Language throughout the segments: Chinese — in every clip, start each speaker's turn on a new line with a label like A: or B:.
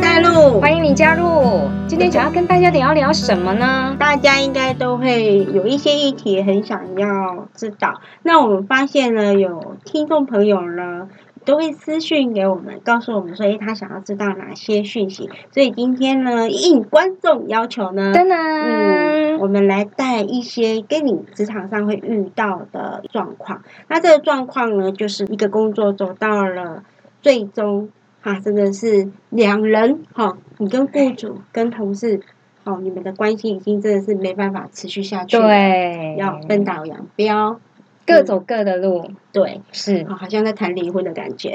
A: 带路，
B: 欢迎你加入。今天想要跟大家聊聊什么呢？
A: 大家应该都会有一些议题很想要知道。那我们发现呢，有听众朋友呢都会私讯给我们，告诉我们说，诶，他想要知道哪些讯息。所以今天呢，应观众要求呢，
B: 噔噔，
A: 嗯，我们来带一些跟你职场上会遇到的状况。那这个状况呢，就是一个工作走到了最终，哈、真的是两人哈、你跟雇主跟同事，哦，你们的关系已经真的是没办法持续下去了，
B: 对，
A: 要分道扬镳，嗯
B: 各走各的路，
A: 对，
B: 是
A: 哦好像在谈离婚的感觉，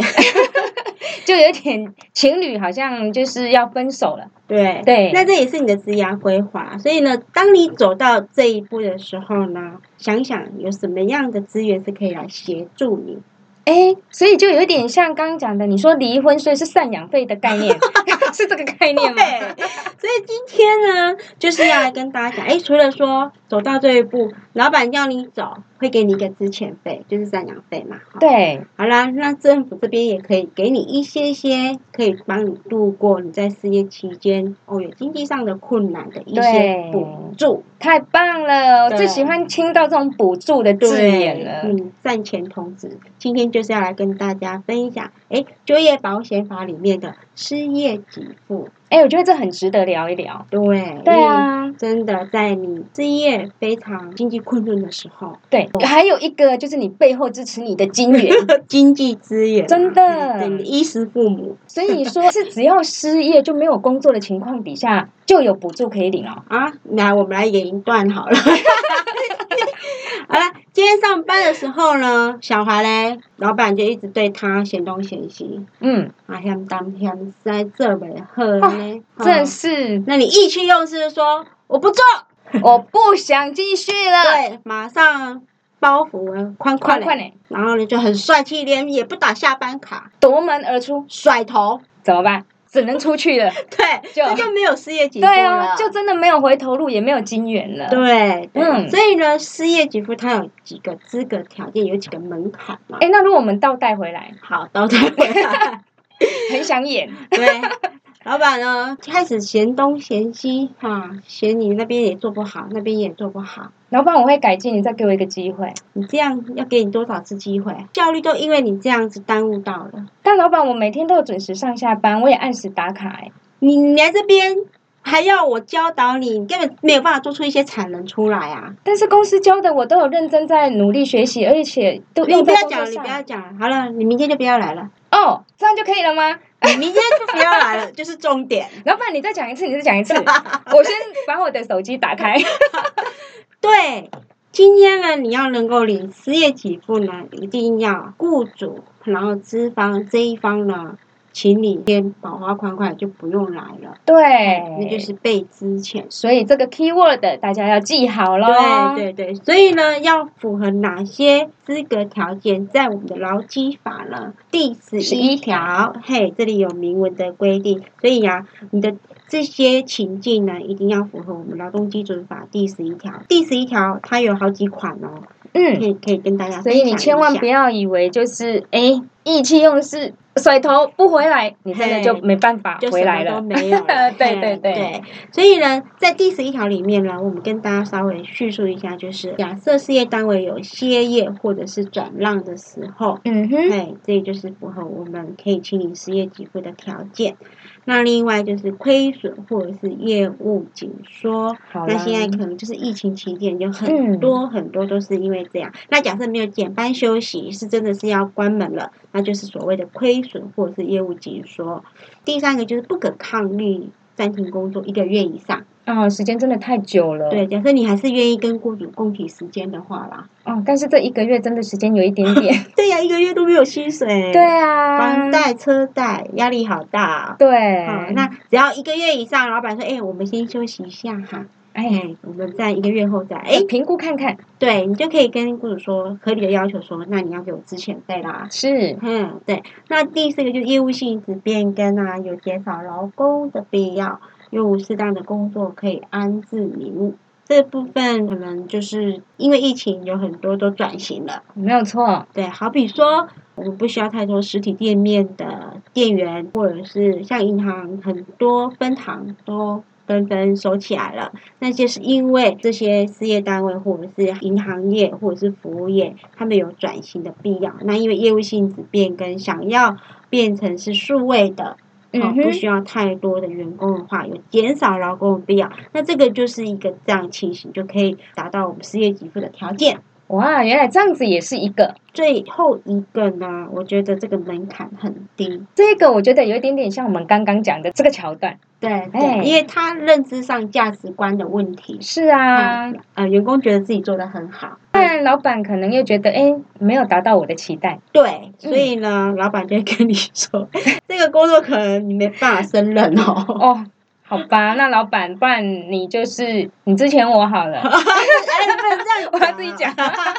B: 就有点情侣好像就是要分手了，
A: 对。
B: 对，
A: 那这也是你的职涯规划，所以呢，当你走到这一步的时候呢，想想有什么样的资源是可以来协助你。
B: 哎，所以就有点像刚刚讲的，你说离婚，所以是赡养费的概念， 是这个概念吗？
A: 对， 所以今天呢，就是要来跟大家讲，哎，除了说走到这一步，老板要你走，会给你一个资遣费，就是赡养费嘛。哈，
B: 对，
A: 好啦，那政府这边也可以给你一些些，可以帮你度过你在失业期间哦有经济上的困难的一些
B: 对
A: 补助。
B: 太棒了！我
A: 对
B: 最喜欢听到这种补助的字眼
A: 对，
B: 了。
A: 嗯，战前童子，今天就是要来跟大家分享，哎，就业保险法里面的失业给付。
B: 哎、我觉得这很值得聊一聊。
A: 对，
B: 对。啊，
A: 真的在你失业非常经济困顿的时 候，
B: 对，还有一个就是你背后支持你的金源，
A: 经济资源啊
B: 真的
A: 对你的衣食父母
B: 所以说是只要失业就没有工作的情况底下，就有补助可以领哦。
A: 啊，来我们来演一段好了。 好了，今天上班的时候呢，小华嘞，老板就一直对他嫌东嫌西，
B: 嗯，
A: 啊，嫌东嫌西，做袂好呢。哦
B: 正是
A: 那你意气用事说我不做，
B: 我不想继续了。
A: 对，马上包袱宽宽
B: 快嗯快
A: 的，
B: 呢，
A: 然后呢就很帅气，连也不打下班卡，
B: 夺门而出，
A: 甩 头。
B: 怎么办？只能出去 了。
A: 对，
B: 就
A: 这就没有失业给付
B: 对啊，
A: 了。
B: 就真的没有回头路，也没有金源了。
A: 对，嗯，
B: 嗯
A: 所以呢，失业给付它有几个资格条件，有几个门槛嘛。
B: 哎，那如果我们倒带回来，
A: 好，倒带回来。
B: 很想演，
A: 对，老板呢开始嫌东嫌西哈、嫌你那边也做不好，那边也做不好。
B: 老板我会改进，你再给我一个机会。
A: 你这样要给你多少次机会？效率都因为你这样子耽误到了。
B: 但老板，我每天都有准时上下班，我也按时打卡、欸。
A: 你你来这边还要我教导你，你根本没有办法做出一些产能出来啊！
B: 但是公司教的我都有认真在努力学习，而且都
A: 你
B: 用
A: 不
B: 在
A: 要
B: 工
A: 讲
B: 作
A: 了，你
B: 上
A: 不要讲了，好了，你明天就不要来了。
B: 哦，这样就可以了吗？
A: 你明天就不要来了，就是重点。
B: 老板，你再讲一次，你再讲一次，我先把我的手机打开。
A: 对，今天呢，你要能够领失业给付呢，一定要雇主，然后资方这一方呢，请你先保花款款就不用来了，
B: 对，
A: 那就是被资遣。
B: 所以这个 keyword 大家要记好喽。
A: 对对对，所以呢，要符合哪些资格条件，在我们的劳基法呢？第十一
B: 11
A: 条，嘿，这里有明文的规定，所以呀、你的这些情境呢，一定要符合我们劳动基准法第十一条。第十一条它有好几款哦，可
B: 嗯，
A: 以可以跟大家
B: 所
A: 分
B: 以
A: 享一
B: 你
A: 下。
B: 千万不要以为就是哎意气用事，甩头不回来，你真的就
A: 嘿
B: 没办法
A: 就
B: 回
A: 什么
B: 来了
A: 都。没有了。
B: 对
A: 嘿
B: 对对
A: 所以呢，在第十一条里面呢，我们跟大家稍微叙述一下，就是假设事业单位有歇业或者是转让的时候，
B: 嗯哼，
A: 哎，这就是符合我们可以清理失业给付的条件。那另外就是亏损或者是业务紧缩，
B: 好
A: 那
B: 啦嗯
A: 现在可能就是疫情期间有很多很多都是因为这样。那假设没有减班休息，是真的是要关门了，那就是所谓的亏损或者是业务紧缩。第三个就是不可抗力暂停工作一个月以上。
B: 哦，时间真的太久了。
A: 对，假设你还是愿意跟雇主共体时间的话啦，
B: 哦，但是这一个月真的时间有一 点点。
A: 对呀、一个月都没有薪水。
B: 对啊，
A: 房贷、车贷，压力好大、哦。
B: 对，哎
A: 好，那只要一个月以上，老板说，哎、我们先休息一下哈，
B: 哎，
A: 哎，我们在一个月后再，哎、
B: 哎，评估看看，
A: 对你就可以跟雇主说合理的要求说，那你要给我资遣费啦。
B: 是，
A: 嗯，对。那第四个就是业务性质变更啊，有减少劳工的必要，用适当的工作可以安置您。这部分可能就是因为疫情有很多都转型了，
B: 没有错，
A: 对，好比说我们不需要太多实体店面的店员，或者是像银行很多分行都纷纷收起来了，那些是因为这些事业单位或者是银行业或者是服务业，他们有转型的必要。那因为业务性质变更，想要变成是数位的，哦
B: 嗯，
A: 不
B: 哼，
A: 需要太多的员工的话，有减少劳工的必要，那这个就是一个这样情形，就可以达到我们失业给付的条件。
B: 哇，原来这样子也是一个。
A: 最后一个呢，我觉得这个门槛很低，
B: 这个我觉得有一点点像我们刚刚讲的这个桥段。
A: 对
B: 哎
A: 对，因为他认知上价值观的问题，
B: 是啊，
A: 呃，员工觉得自己做的很好，
B: 但老板可能又觉得，哎，没有达到我的期待。
A: 对，
B: 嗯
A: 所以呢，老板就会跟你说， 这个工作可能你没办法胜任哦。
B: 哦，好吧，那老板，不然你就是你之前我好了。
A: 哎，不能这样，啊
B: 我要自己讲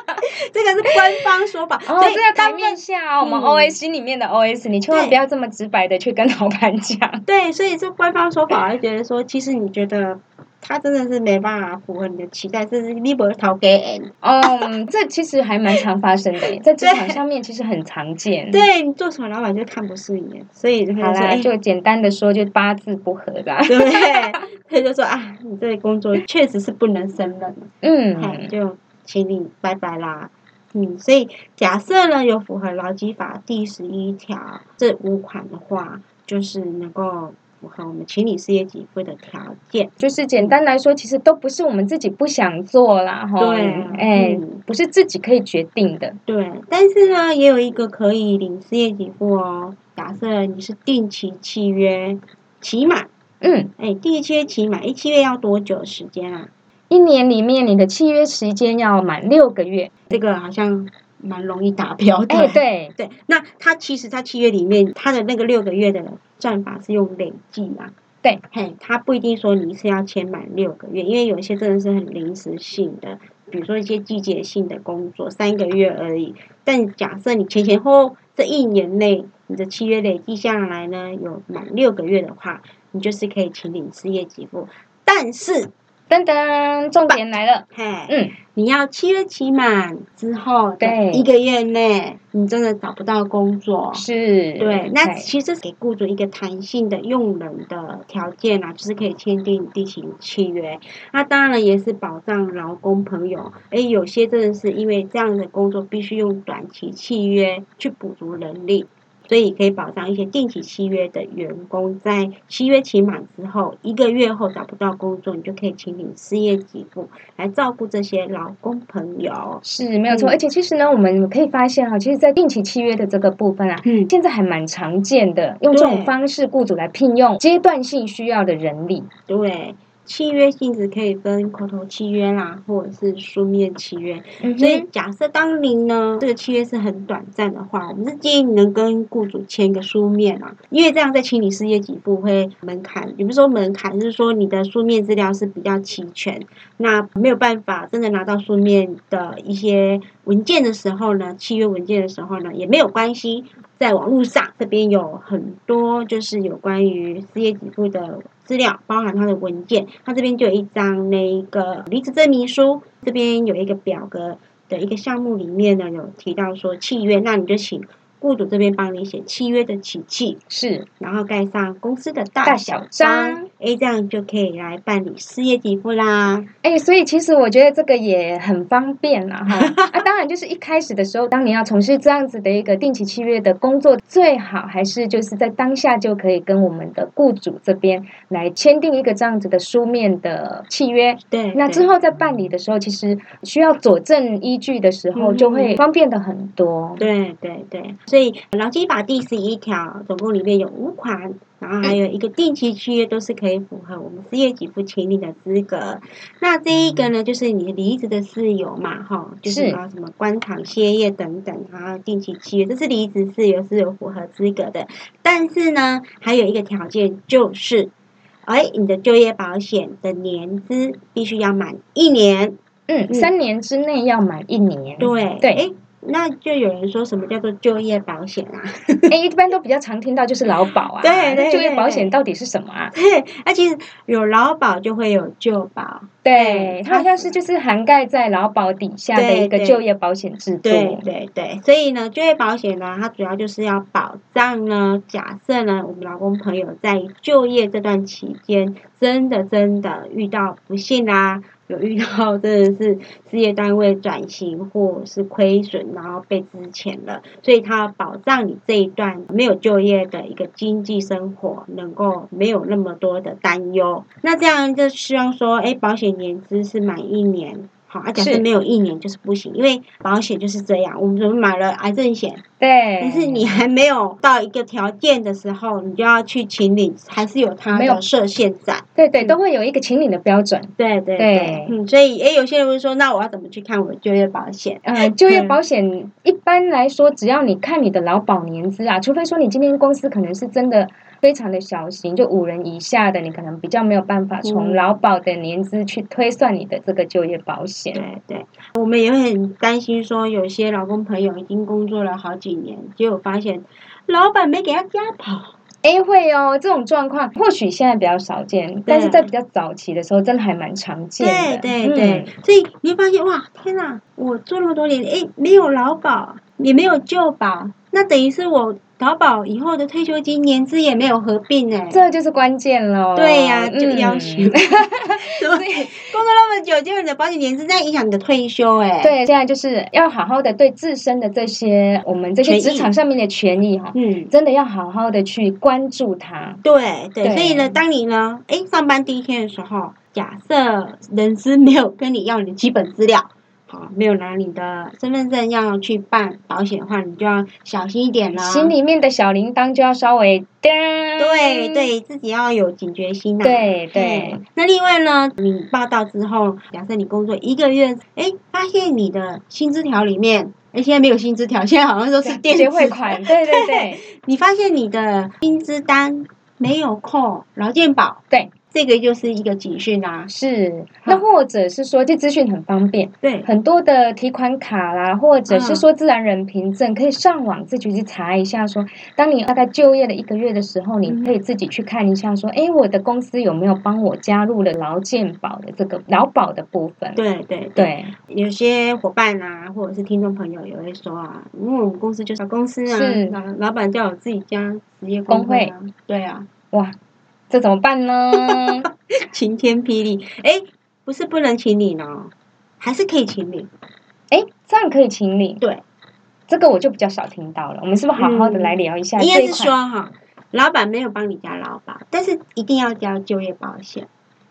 A: 这个是官方说法，
B: 哦，
A: 所以
B: 这要台
A: 当任
B: 面下哦，我们
A: 嗯
B: O S 心里面的 O S，你千万
A: 对
B: 不要这么直白的去跟老板 讲。
A: 对，所以这官方说法会觉得说，其实你觉得他真的是没办法符合你的期待，甚至你不会逃给 N，
B: 嗯，这其实还蛮常发生的耶，在职场
A: 对
B: 上面其实很常见。，
A: 对你做什么老板就看不顺眼，所以他就
B: 好
A: 说，
B: 啦，
A: 哎，
B: 就简单的说，就八字不合啦。
A: 对不对？他就说啊，你这个工作确实是不能胜任，哎、
B: 嗯，
A: 就请你拜拜啦。嗯，所以假设呢有符合劳基法第十一条这五款的话，就是能够符合我们请你事业给付的条件。
B: 就是简单来说，其实都不是我们自己不想做啦，吼，
A: 对啊
B: 哎
A: 嗯，
B: 不是自己可以决定的。
A: 对，但是呢，也有一个可以领失业给付哦。假设你是定期契约期满，
B: 嗯，
A: 哎，定期契约期满，一契约要多久时间啊？
B: 一年里面你的契约时间要满六个月。
A: 这个好像蛮容易达标的。
B: 哎，对，
A: 对，那它其实它契约里面，它的那个六个月的算法是用累计啊。
B: 对，
A: 嘿，它不一定说你是要签满六个月，因为有一些真的是很临时性的，比如说一些季节性的工作，三个月而已。但假设你前前后后这一年内，你的契约累计下来呢，有满六个月的话，你就是可以请领失业给付。但是，
B: 噔噔，重点来了，
A: 嘿，
B: 嗯，
A: 你要七月期满之后
B: 对
A: 的一个月内，你真的找不到工作，
B: 是，哎
A: 对，那其实这是给雇主一个弹性的用人的条件啦、就是可以签订地勤契约。那当然也是保障劳工朋友，诶，有些真的是因为这样的工作必须用短期契约去补足人力，所以可以保障一些定期契约的员工，在契约期满之后一个月后找不到工作，你就可以请领失业给付来照顾这些劳工朋友。
B: 是没有错，
A: 嗯
B: 而且其实呢，我们可以发现啊哈，其实，在定期契约的这个部分啊，
A: 嗯，
B: 现在还蛮常见的，用这种
A: 对
B: 方式雇主来聘用阶段性需要的人力。
A: 对，契约性质可以分口头契约啦，或者是书面契约。
B: 嗯
A: 所以，假设当您呢这个契约是很短暂的话，我们是建议你能跟雇主签个书面啊，因为这样在清理事业给付会门槛，也不是说门槛，就是说你的书面资料是比较齐全。那没有办法真的拿到书面的一些文件的时候呢，契约文件的时候呢，也没有关系。在网络上这边有很多就是有关于失业给付的资料，包含它的文件。它这边就有一张那一个离职证明书，这边有一个表格的一个项目里面呢有提到说契约，那你就请雇主这边帮你写契约的起契，
B: 是
A: 然后盖上公司的
B: 大
A: 大
B: 小
A: 小
B: 章
A: 章，诶，这样就可以来办理失业给付啦。
B: 哎、所以其实我觉得这个也很方便啦，哈。啊，当然就是一开始的时候，当你要从事这样子的一个定期契约的工作，最好还是就是在当下就可以跟我们的雇主这边来签订一个这样子的书面的契约。
A: 对，
B: 那
A: 对
B: 之后在办理的时候，其实需要佐证依据的时候，
A: 嗯
B: 就会方便的很多。
A: 对对对，所以劳基法第十一条总共里面有五款，然后还有一个定期契约都是可以符合我们失业给付请领的资格。那这一个呢，就是你离职的事由嘛，哈，就是
B: 是
A: 你要什么官场歇业等等，然后定期契约，这是离职事由是有符合资格的。但是呢，还有一个条件就是，哎，你的就业保险的年资必须要满一年。
B: 嗯，
A: 嗯
B: 三年之内要满一年。
A: 对，
B: 对
A: 诶那就有人说什么叫做就业保险啊？
B: 哎，一般都比较常听到就是劳保啊，
A: 对对
B: 那就业
A: 对
B: 保
A: 对
B: 险到底是什么啊？
A: 对， 那其实有劳保就会有旧保，
B: 对
A: 嗯，
B: 它好像是就是涵盖在劳保底下的
A: 对
B: 一个
A: 对
B: 就业保险制度。
A: 对对对，所以呢，就业保险呢，它主要就是要保障呢，假设呢，我们劳工朋友在就业这段期间，真的真的遇到不幸啊，有遇到真的是事业单位转型或是亏损，然后被资遣了，所以它要保障你这一段没有就业的一个经济生活能够没有那么多的担忧。那这样就希望说，哎，保险年资是满一年。好，啊，假设
B: 是
A: 没有一年就是不行，因为保险就是这样。我们怎么买了癌症险，
B: 对，
A: 但是你还没有到一个条件的时候，你就要去请领，还是有它
B: 没有
A: 的设限在。
B: 对对
A: 嗯
B: 都会有一个请领的标准。
A: 对对
B: 对
A: 嗯，所以诶，有些人会说，那我要怎么去看我的就业保险？
B: 呃，就业
A: 嗯
B: 保险一般来说，只要你看你的劳保年资啊，除非说你今天公司可能是真的非常的小型，就五人以下的，你可能比较没有办法从
A: 嗯
B: 劳保的年资去推算你的这个就业保险。
A: 对对，我们也会很担心说，有些劳工朋友已经工作了好几年，结果发现老板没给他加保。
B: 哎，会哦，这种状况或许现在比较少见，但是在比较早期的时候，真的还蛮常见
A: 对
B: 的。
A: 对
B: 嗯
A: 对，所以你会发现哇，天哪！我做那么多年，诶，没有劳保，也没有旧保，那等于是我劳保以后的退休金年资也没有合并哎、
B: 嗯，这就是关键喽。
A: 对呀、就要
B: 嗯
A: 求， 对， 工作那么久，结果你的保险年资在影响你的退休哎、，
B: 对，现在就是要好好的对自身的这些我们这
A: 权
B: 些
A: 益
B: 职场上面的权益哈，
A: 嗯。
B: 真的要好好的去关注它。
A: 对对，
B: 对
A: 所以呢，当你呢，诶，上班第一天的时候，假设人资没有跟你要你的基本资料，好，没有拿你的身份证要去办保险的话，你就要小心一点了。
B: 心里面的小铃铛就要稍微噔，
A: 对对，自己要有警觉心呐、
B: 对对
A: 对，那另外呢，你报道之后，假设你工作一个月，哎，发现你的薪资条里面，哎，现在没有薪资条，现在好像都是电
B: 结
A: 子
B: 汇款，对对对
A: 你发现你的薪资单没有扣劳健保，
B: 对，
A: 这个就是一个警讯啊啦、
B: 是。那或者是说，这资讯很方便，
A: 对
B: 很多的提款卡啦，或者是
A: 嗯
B: 说自然人凭证，可以上网自己去查一下说，当你大概就业了一个月的时候，你
A: 嗯
B: 可以自己去看一下说，哎、我的公司有没有帮我加入了劳健保的这个劳保的部分？
A: 对对，
B: 对，
A: 有些伙伴啊，或者是听众朋友也会说啊，因为我们公司就是小公司啊
B: 是，
A: 老老板叫我自己加职业
B: 工
A: 工会啊，对啊，
B: 哇，这怎么办 呢？
A: 晴天霹雳，哎，不是不能请你呢，还是可以请你。
B: 哎、这样可以请你，
A: 对，
B: 这个我就比较少听到了。我们是不是好好的来聊一下这一
A: 应
B: 块？
A: 该是说哈，老板没有帮你加劳保，但是一定要交就业保险。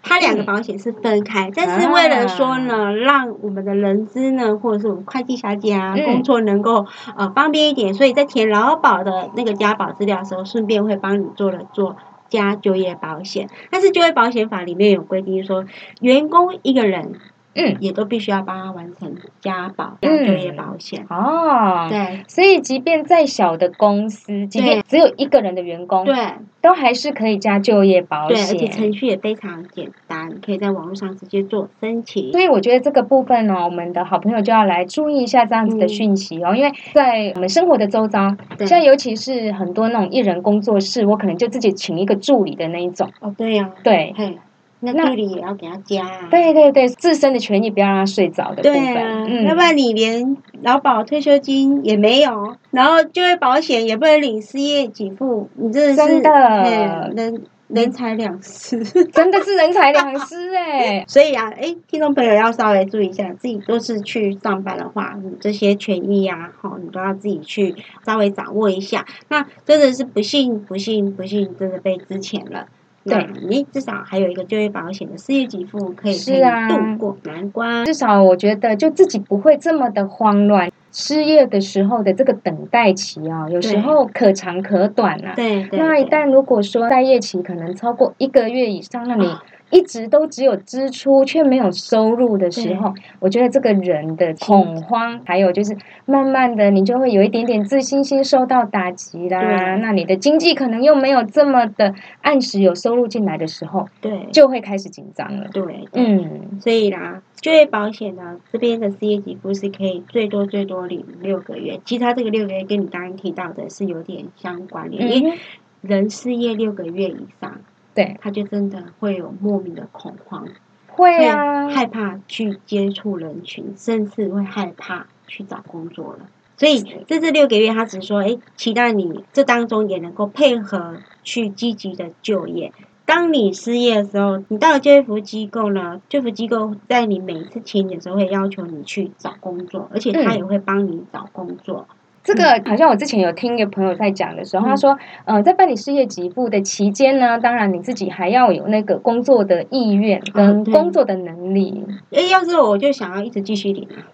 A: 它两个
B: 嗯啊
A: 保险是分开，但是为了说呢，让我们的人资呢，或者是我们会计小姐啊，
B: 嗯
A: 工作能够呃方便一点，所以在填劳保的那个加保资料的时候，顺便会帮你做了做加就业保险。但是就业保险法里面有规定说，员工一个人
B: 嗯，
A: 也都必须要帮他完成加保、加就业保险。
B: 哦，
A: 对
B: 所以即便再小的公司，即便只有一个人的员工，
A: 对
B: 都还是可以加就业保
A: 对，而且
B: 险。
A: 程序也非常简单，可以在网络上直接做申请。
B: 所以我觉得这个部分呢、哦我们的好朋友就要来注意一下这样子的
A: 嗯
B: 讯息哦，因为在我们生活的周遭，
A: 对
B: 现在尤其是很多那种一人工作室，我可能就自己请一个助理的那一种，
A: 哦，对呀、
B: 对，
A: 嘿，那
B: 那
A: 助理也要给他加啊。
B: 对对对，自身的权益不要让他睡着的部
A: 对
B: 分，
A: 啊，
B: 嗯，
A: 要不然你连劳保退休金也没有，然后就业保险也不能领失业给付，你真的是
B: 真的
A: 嘿人人财两失。
B: 真的是人财两失哎、
A: 所以啊，哎，听众朋友要稍微注意一下，自己都是去上班的话，你这些权益啊，好、你都要自己去稍微掌握一下。那真的是不幸，不幸，不幸，真的被之前了。那
B: 对
A: 你至少还有一个就业保险的失业给付，可以
B: 是
A: 陪你
B: 啊
A: 渡过难关。
B: 至少我觉得，就自己不会这么的慌乱。失业的时候的这个等待期啊，有时
A: 对
B: 候可长可短啊。
A: 对对，
B: 那一
A: 对啊
B: 旦如果说待业期可能超过一个月以上，那你一直都只有支出却没有收入的时候，我觉得这个人的恐慌，还有就是慢慢的你就会有一点点自信心受到打击啦。
A: 对
B: 那你的经济可能又没有这么的按时有收入进来的时候，
A: 对，
B: 就会开始紧张了。
A: 对，嗯，
B: 嗯，
A: 所以啦，就业保险呢，这边的失业给付是可以最多最多领六个月。其实它这个六个月跟你刚刚提到的是有点相关联，因
B: 嗯
A: 为
B: 哼，
A: 人失业六个月以上，
B: 对，
A: 他就真的会有莫名的恐慌，
B: 会
A: 会
B: 啊，
A: 害怕去接触人群，甚至会害怕去找工作了。所以在这六个月，他只是说，哎，期待你这当中也能够配合去积极的就业。当你失业的时候，你到了就业服务机构呢，就业服务机构在你每一次请你的时候会要求你去找工作，而且他
B: 嗯
A: 也会帮你找工作。
B: 这
A: 嗯
B: 个好像我之前有听一个朋友在讲的时候，他说，呃，在办理失业给付的期间呢，当然你自己还要有那个工作的意愿跟
A: 嗯对
B: 工作的能力，
A: 哎、要是我就想要一直继续领啊。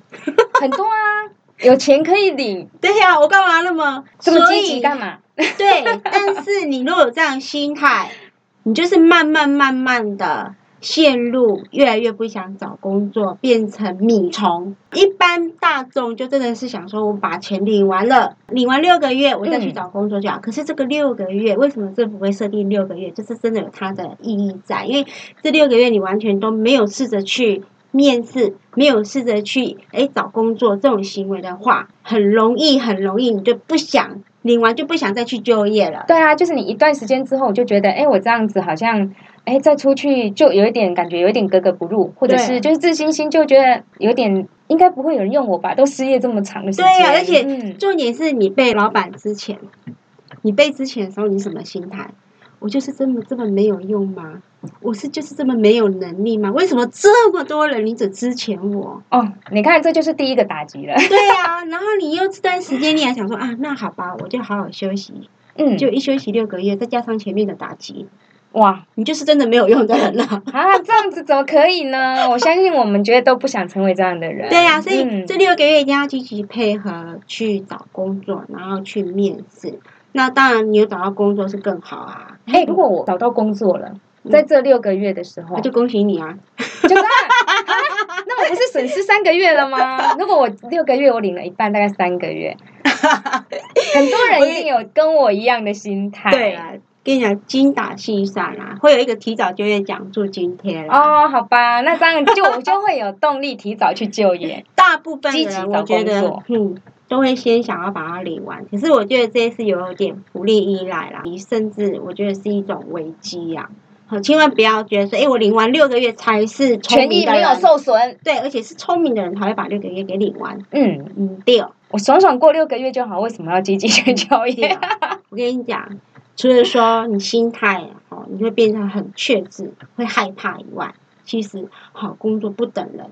B: 很多啊， 有钱可以领，
A: 对呀、我干嘛那么
B: 这么
A: 所
B: 积
A: 以
B: 极干嘛？
A: 对，但是你如果有这样心态，你就是慢慢慢慢的陷入越来越不想找工作，变成米虫。一般大众就真的是想说，我把钱领完了，领完六个月，我再去
B: 嗯
A: 找工作就好。可是这个六个月，为什么政府会设定六个月？就是真的有它的意义在，因为这六个月你完全都没有试着去。面试没有试着去哎找工作这种行为的话，很容易很容易你就不想领完就不想再去就业了。
B: 对啊，就是你一段时间之后，我就觉得，哎，我这样子好像，哎，再出去就有一点感觉有一点格格不入，或者
A: 对
B: 是就是自信心就觉得有点，应该不会有人用我吧？都失业这么长的时间，
A: 对呀、啊而且
B: 嗯
A: 重点是你被老板之前，你被之前的时候，你什么心态？我就是这么这么没有用吗？我是就是这么没有能力吗？为什么这么多人你只支遣我？
B: 哦，你看这就是第一个打击了，
A: 对啊，然后你又这段时间你还想说啊，那好吧，我就好好休息，
B: 嗯，
A: 就一休息六个月，再加上前面的打击，
B: 哇。
A: 你就是真的没有用的人了。
B: 啊，这样子怎么可以呢？我相信我们绝对都不想成为这样的人。
A: 对啊呀、所以
B: 嗯
A: 这六个月一定要积极配合去找工作，然后去面试。那当然，你有找到工作是更好啊。
B: 哎、如果我找到工作了，在这六个月的时候，
A: 那就恭喜你啊！
B: 就这样、啊那我不是损失三个月了吗？如果我六个月我领了一半，大概三个月，很多人一定有跟我一样的心态。
A: 对啊，跟你讲，精打细算啦、会有一个提早就业奖助津贴啦。
B: 哦，好吧，那这样就我就会有动力提早去 就业。
A: 大部分
B: 积极找
A: 人我觉
B: 工
A: 得
B: 作，
A: 嗯，都会先想要把它领完。可是我觉得这是有点福利依赖啦，甚至我觉得是一种危机呀、好，千万不要觉得说，哎、我领完六个月才是聪
B: 权益
A: 明的
B: 没有
A: 人
B: 受损，
A: 对，而且是聪明的人才会把六个月给领完。
B: 嗯，
A: 嗯，六。
B: 我爽爽过六个月就好，为什么要积极去就
A: 对
B: 业？
A: 啊，我跟你讲，除了说你心态哦，你会变成很怯懦，会害怕以外，其实好工作不等人。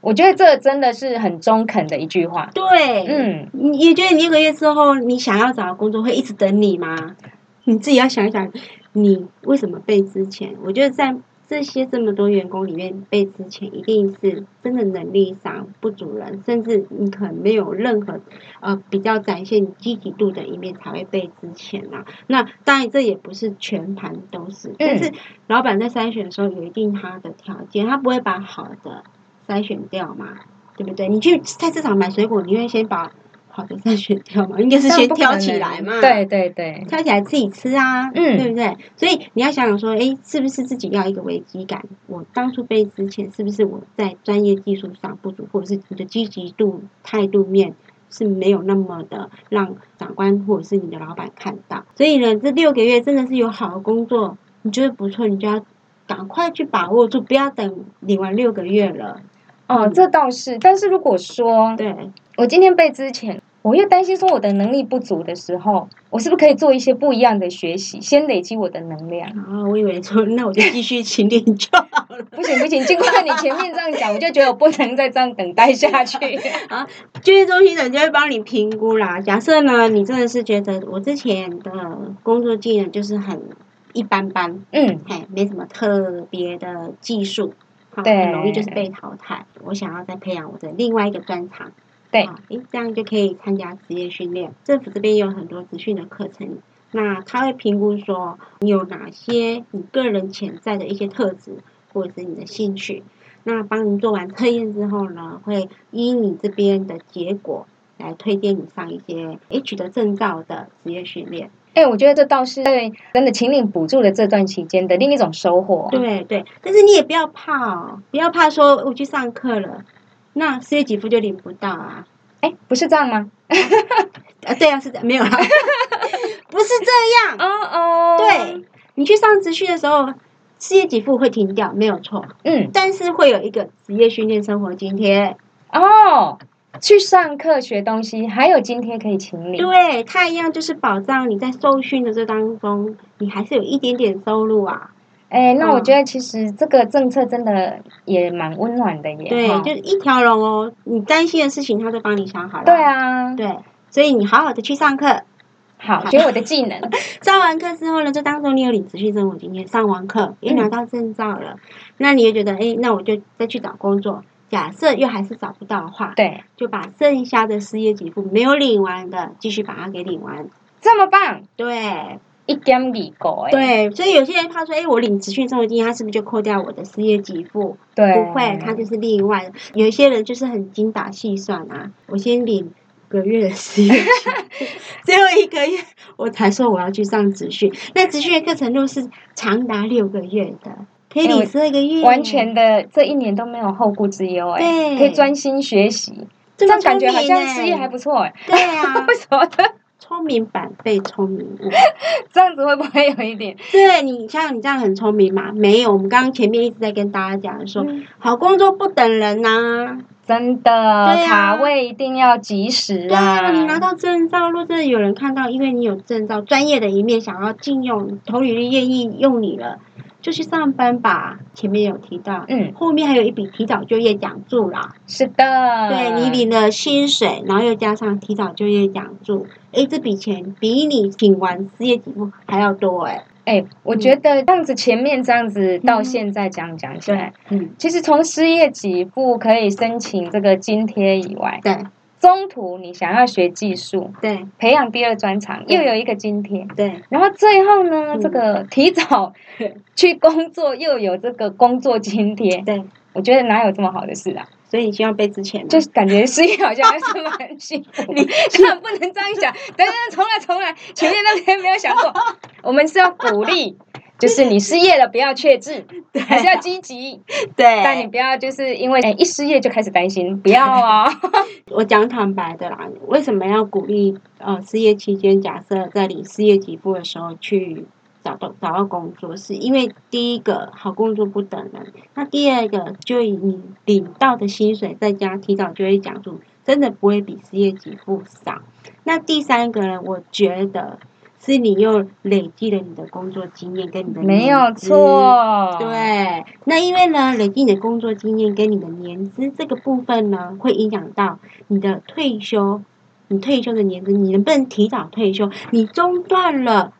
B: 我觉得这真的是很中肯的一句话。
A: 对，，
B: 嗯，
A: 你你觉得你六个月之后，你想要找的工作会一直等你吗？你自己要想一想，你为什么被之前？我觉得在这些这么多员工里面，被之前一定是真的能力上不足人，甚至你可能没有任何呃比较展现你积极度的一面才会被之前啊。那当然这也不是全盘都是，但是老板在筛选的时候有一定他的条件，他不会把好的筛选掉嘛，对不对？你去菜市场买水果，你会先把好的筛选掉嘛？应该是
B: 但
A: 先
B: 不可
A: 挑起
B: 能
A: 来嘛，
B: 对对对，
A: 挑起来自己吃啊，
B: 嗯
A: 对不对？所以你要想想说，哎，是不是自己要一个危机感？我当初被之前，是不是我在专业技术上不足，或者是你的积极度、态度面是没有那么的让长官或者是你的老板看到？所以呢，这六个月真的是有好的工作，你觉得不错，你就要赶快去把握住，不要等领完六个月了。
B: 哦，
A: 嗯
B: 这倒是。但是如果说
A: 对
B: 我今天被之前，我又担心说我的能力不足的时候，我是不是可以做一些不一样的学习，先累积我的能量？
A: 啊，我以为说那我就继续勤练就好了。
B: 不行不行，经过你前面这样讲，我就觉得我不能再这样等待 下去。
A: 就业中心的人就会帮你评估啦。假设呢，你真的是觉得我之前的工作技能就是很一般般，
B: 嗯，
A: 哎，没什么特别的技术，好，
B: 对
A: 很容易就是被淘汰。我想要再培养我的另外一个专长，
B: 对
A: 好，诶，这样就可以参加职业训练。政府这边也有很多职训的课程，那他会评估说你有哪些你个人潜在的一些特质，或者是你的兴趣。那帮你做完测验之后呢，会依你这边的结果来推荐你上一些 H 的证照的职业训练。
B: 哎、我觉得这倒是对真的秦岭补助的这段期间的另一种收获。
A: 对对，但是你也不要怕哦，不要怕说我去上课了，那四月给付就领不到啊。
B: 哎，不是这样吗？
A: 啊，对啊，是 的，没有啦，不是这样。
B: 哦哦，
A: 对，你去上职训的时候，失业给付会停掉，没有错，
B: 嗯，
A: 但是会有一个职业训练生活津贴。
B: 哦，去上课学东西，还有今天可以请你。
A: 对，它一样就是保障你在受训的这当中，你还是有一点点收入啊。
B: 哎，那我
A: 嗯
B: 觉得其实这个政策真的也蛮温暖的耶。
A: 对，
B: 哈
A: 就是一条龙哦，你担心的事情他都帮你想好了。
B: 对，啊，
A: 对，所以你好好的去上课，
B: 好，学我的技能。
A: 上完课之后呢，这当中你有领职训生活津贴，上完课也拿到证照了，
B: 嗯
A: 那你也觉得，哎，那我就再去找工作。假设又还是找不到的话，
B: 对，
A: 就把剩下的失业给付没有领完的，继续把它给领完。
B: 这么棒，
A: 对
B: 一点二狗哎。
A: 对，所以有些人他说，哎，我领职训生活津贴，他是不是就扣掉我的失业给付？
B: 对，
A: 不会，他就是例外。有一些人就是很精打细算啊，我先领个月的失业金， 最后一个月我才说我要去上职训。那职训的课程度是长达六个月的，可以
B: 哎我
A: 领十二个月，
B: 完全的这一年都没有后顾之忧哎、
A: 对
B: 可以专心学习，
A: 这
B: 这
A: 么
B: 样感觉
A: 聪
B: 好
A: 明
B: 像
A: 欸
B: 失业还不错哎、，
A: 对啊
B: 为什么呢？
A: 聪明反被聪明嗯误。
B: 这样子会不会有一点？
A: 对你像你这样很聪明嘛？没有，我们刚刚前面一直在跟大家讲说，
B: 嗯
A: 好工作不等人啊呐、
B: 真的、
A: 对啊
B: 卡位一定要及时
A: 对啊，
B: 啊！
A: 你拿到证照，若真的有人看到，因为你有证照，专业的一面想要禁用，投履历愿意用你了，就去上班吧。前面有提到，
B: 嗯，
A: 后面还有一笔提早就业奖助啦。
B: 是的，
A: 对你领了薪水，然后又加上提早就业奖助，诶，这笔钱比你请完失业给付还要多诶。
B: 哎、我觉得这样子前面这样子到
A: 嗯
B: 现在这样讲起来，
A: 嗯，
B: 其实从失业给付可以申请这个津贴以外，
A: 对
B: 中途你想要学技术、
A: 对
B: 培养第二专长，又有一个津贴。
A: 对
B: 然后最后呢，
A: 嗯
B: 这个提早去工作又有这个工作津贴，
A: 对，
B: 我觉得哪有这么好的事啊？
A: 所以你希望被之前
B: 就是感觉失业好像还是蛮幸福的，当然不能这样想。等等，重来重来，前面那边没有想过，我们是要鼓励。就是你失业了，不要怯志，还是要积极，但你
A: 对，
B: 不要就是因为、哎一失业就开始担心，不 要啊、
A: 我讲坦白的啦，为什么要鼓励呃失业期间，假设在领失业给付的时候去找到找到工作，是因为第一个好工作不等人，那第二个就以你领到的薪水再加提早就业奖助，真的不会比失业给付少。那第三个呢，我觉得是你又累积了你的工作经验跟你的
B: 没有
A: 年资
B: 错，，
A: 嗯对，那因为呢，累积你的工作经验跟你的年资这个部分呢，会影响到你的退休，你退休的年资，你能不能提早退休？你中断了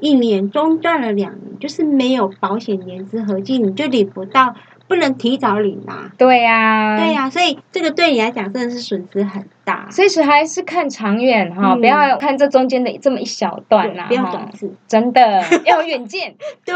A: 一年，中断了两年，就是没有保险年资合计，你就领不到，不能提早领啦、
B: 对呀、
A: 对呀、所以这个对你来讲真的是损失很大，
B: 所以是还是看长远哈，
A: 嗯
B: 不要看这中间的这么一小段呐、
A: 对不要
B: 哈
A: 短，视。
B: 真的要有 远见。
A: 对，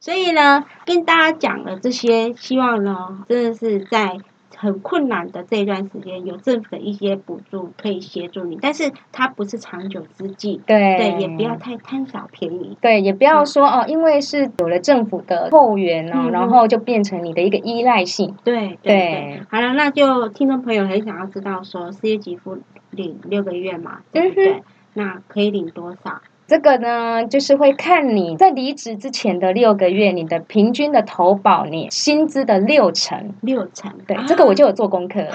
A: 所以呢，跟大家讲了这些，希望呢，真的是在很困难的这一段时间，有政府的一些补助可以协助你，但是它不是长久之计，
B: 对，
A: 对，也不要。太贪小便宜。
B: 对，也不要说哦，因为是有了政府的后援哦，
A: 嗯嗯
B: 然后就变成你的一个依赖性。
A: 对对
B: 对
A: 对，好了，那就听众朋友很想要知道说，失业给付领六个月嘛，对
B: 嗯
A: 不对？
B: 哼，
A: 那可以领多少？
B: 这个呢，就是会看你在离职之前的六个月，你的平均的投保你薪资的六成。
A: 六成。
B: 对，
A: 啊
B: 这个我就有做功课了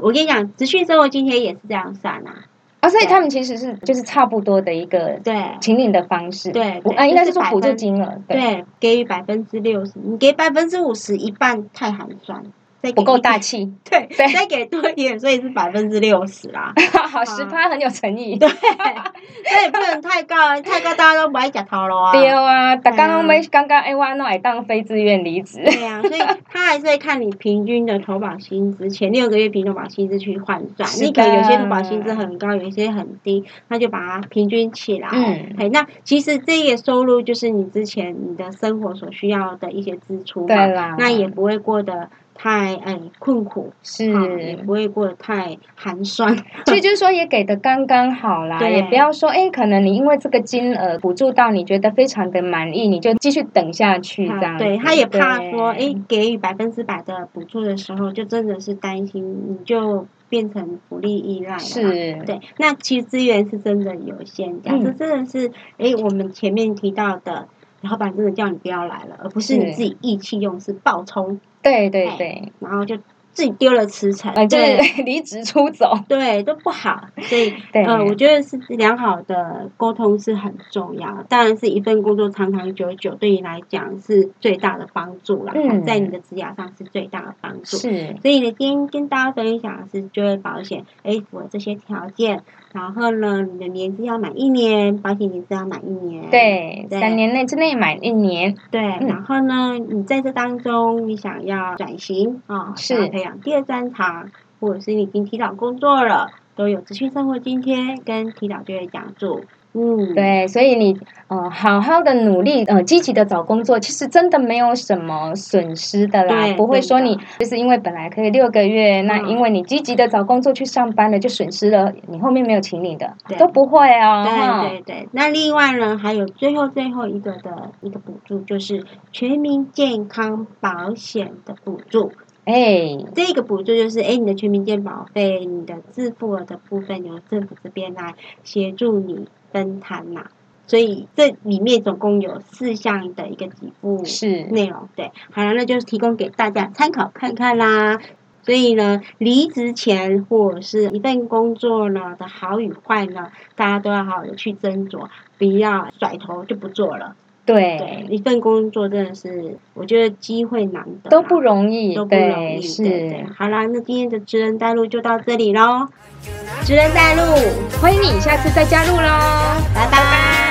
A: 我跟你讲，职训生活津贴也是这样算啊。
B: 啊，所以他们其实是就是差不多的一个
A: 对。
B: 请领的方式。
A: 对
B: 我
A: 对
B: 啊，应该是
A: 就是
B: 说
A: 百
B: 补助
A: 分
B: 金额。
A: 对，给予百分之六十，你给百分之五十，一半太寒酸。再给
B: 不够大
A: 一
B: 气，
A: 点，对，
B: 对
A: 再给多一点，所以是百分之六十啦。
B: 好十趴很有诚 意。
A: 嗯对，但也不能太高，太高大家都不爱夹头了啊。
B: 对啊，大
A: 哎
B: 刚
A: 呀
B: 刚没刚刚哎，我那会当非自愿离职。
A: 对呀、所以他还是会看你平均的投保薪资，前六个月平均投保薪资去换算。
B: 是
A: 你可能有些
B: 的
A: 投保薪资很高，有些很低，那就把它平均起来。
B: 嗯
A: 哎，那其实这个收入就是你之前你的生活所需要的一些支出
B: 对
A: 嘛，
B: 啦，
A: 那也不会过得太哎困苦，
B: 是
A: 啊，也不会过得太寒酸。
B: 所以 就是说也给的刚刚好啦，
A: 对
B: 也不要说哎，可能你因为这个金额补助到你觉得非常的满意，你就继续等下去这样
A: 啊
B: 子。
A: 对，他也怕说，哎、
B: 对
A: 给予百分之百的补助的时候，就真的是担心你就变成福利依赖了嘛。
B: 是，
A: 对，那其实资源是真的有限，假设
B: 嗯
A: 真的是，哎、我们前面提到的，老板真的叫你不要来了，而不是你
B: 是
A: 自己意气用事、暴冲，
B: 对对
A: 哎
B: 对，
A: 然后就自己丢了辞呈，
B: 呃，就
A: 哎对
B: 是 离职出走。
A: 对都不好，所以
B: 对
A: 呃，我觉得是良好的沟通是很重要，当然是一份工作长长久久对你来讲是最大的帮助啦，
B: 嗯
A: 在你的职涯上是最大的帮助。
B: 是，
A: 所以呢，今天跟大家分享的是就业保险，哎，符合这些条件，然后呢，你的年资要满一年，保险年资要满一年，
B: 对，
A: 对
B: 三年内之内满一年，
A: 对，
B: 嗯
A: 然后呢，你在这当中，你想要转型啊，
B: 是
A: 想要培养第二专长，或者是你已经提早工作了，都有资讯生活津贴跟提早就业奖助，嗯，
B: 对，所以你呃好好的努力，呃积极的找工作，其实真的没有什么损失的啦
A: 对，
B: 不会说
A: 真的
B: 你就是因为本来可以六个月，那
A: 嗯
B: 因为你积极的找工作去上班了，就损失了你后面没有请你的
A: 对，
B: 都不会哦。哈
A: 对对对，那另外呢，还有最后最后一个的一个补助，就是全民健康保险的补助。
B: 哎，
A: 这个补助就是，哎，你的全民健保费、你的自付额的部分由政府这边来协助你分摊呐、所以这里面总共有四项的一个给付
B: 是，
A: 内容，对，好了，那就是提供给大家参考看看啦。所以呢，离职前或者是一份工作呢的好与坏呢，大家都要好好的去斟酌，不要甩头就不做了。对
B: 对，，
A: 一份工作真的是，我觉得机会难得啦，啊
B: 都不容易
A: 都，不容
B: 对，
A: 易。对对
B: 是。
A: 好啦，那今天的知恩带路就到这里喽，知恩带路，
B: 欢迎你下次再加入喽，
A: 拜拜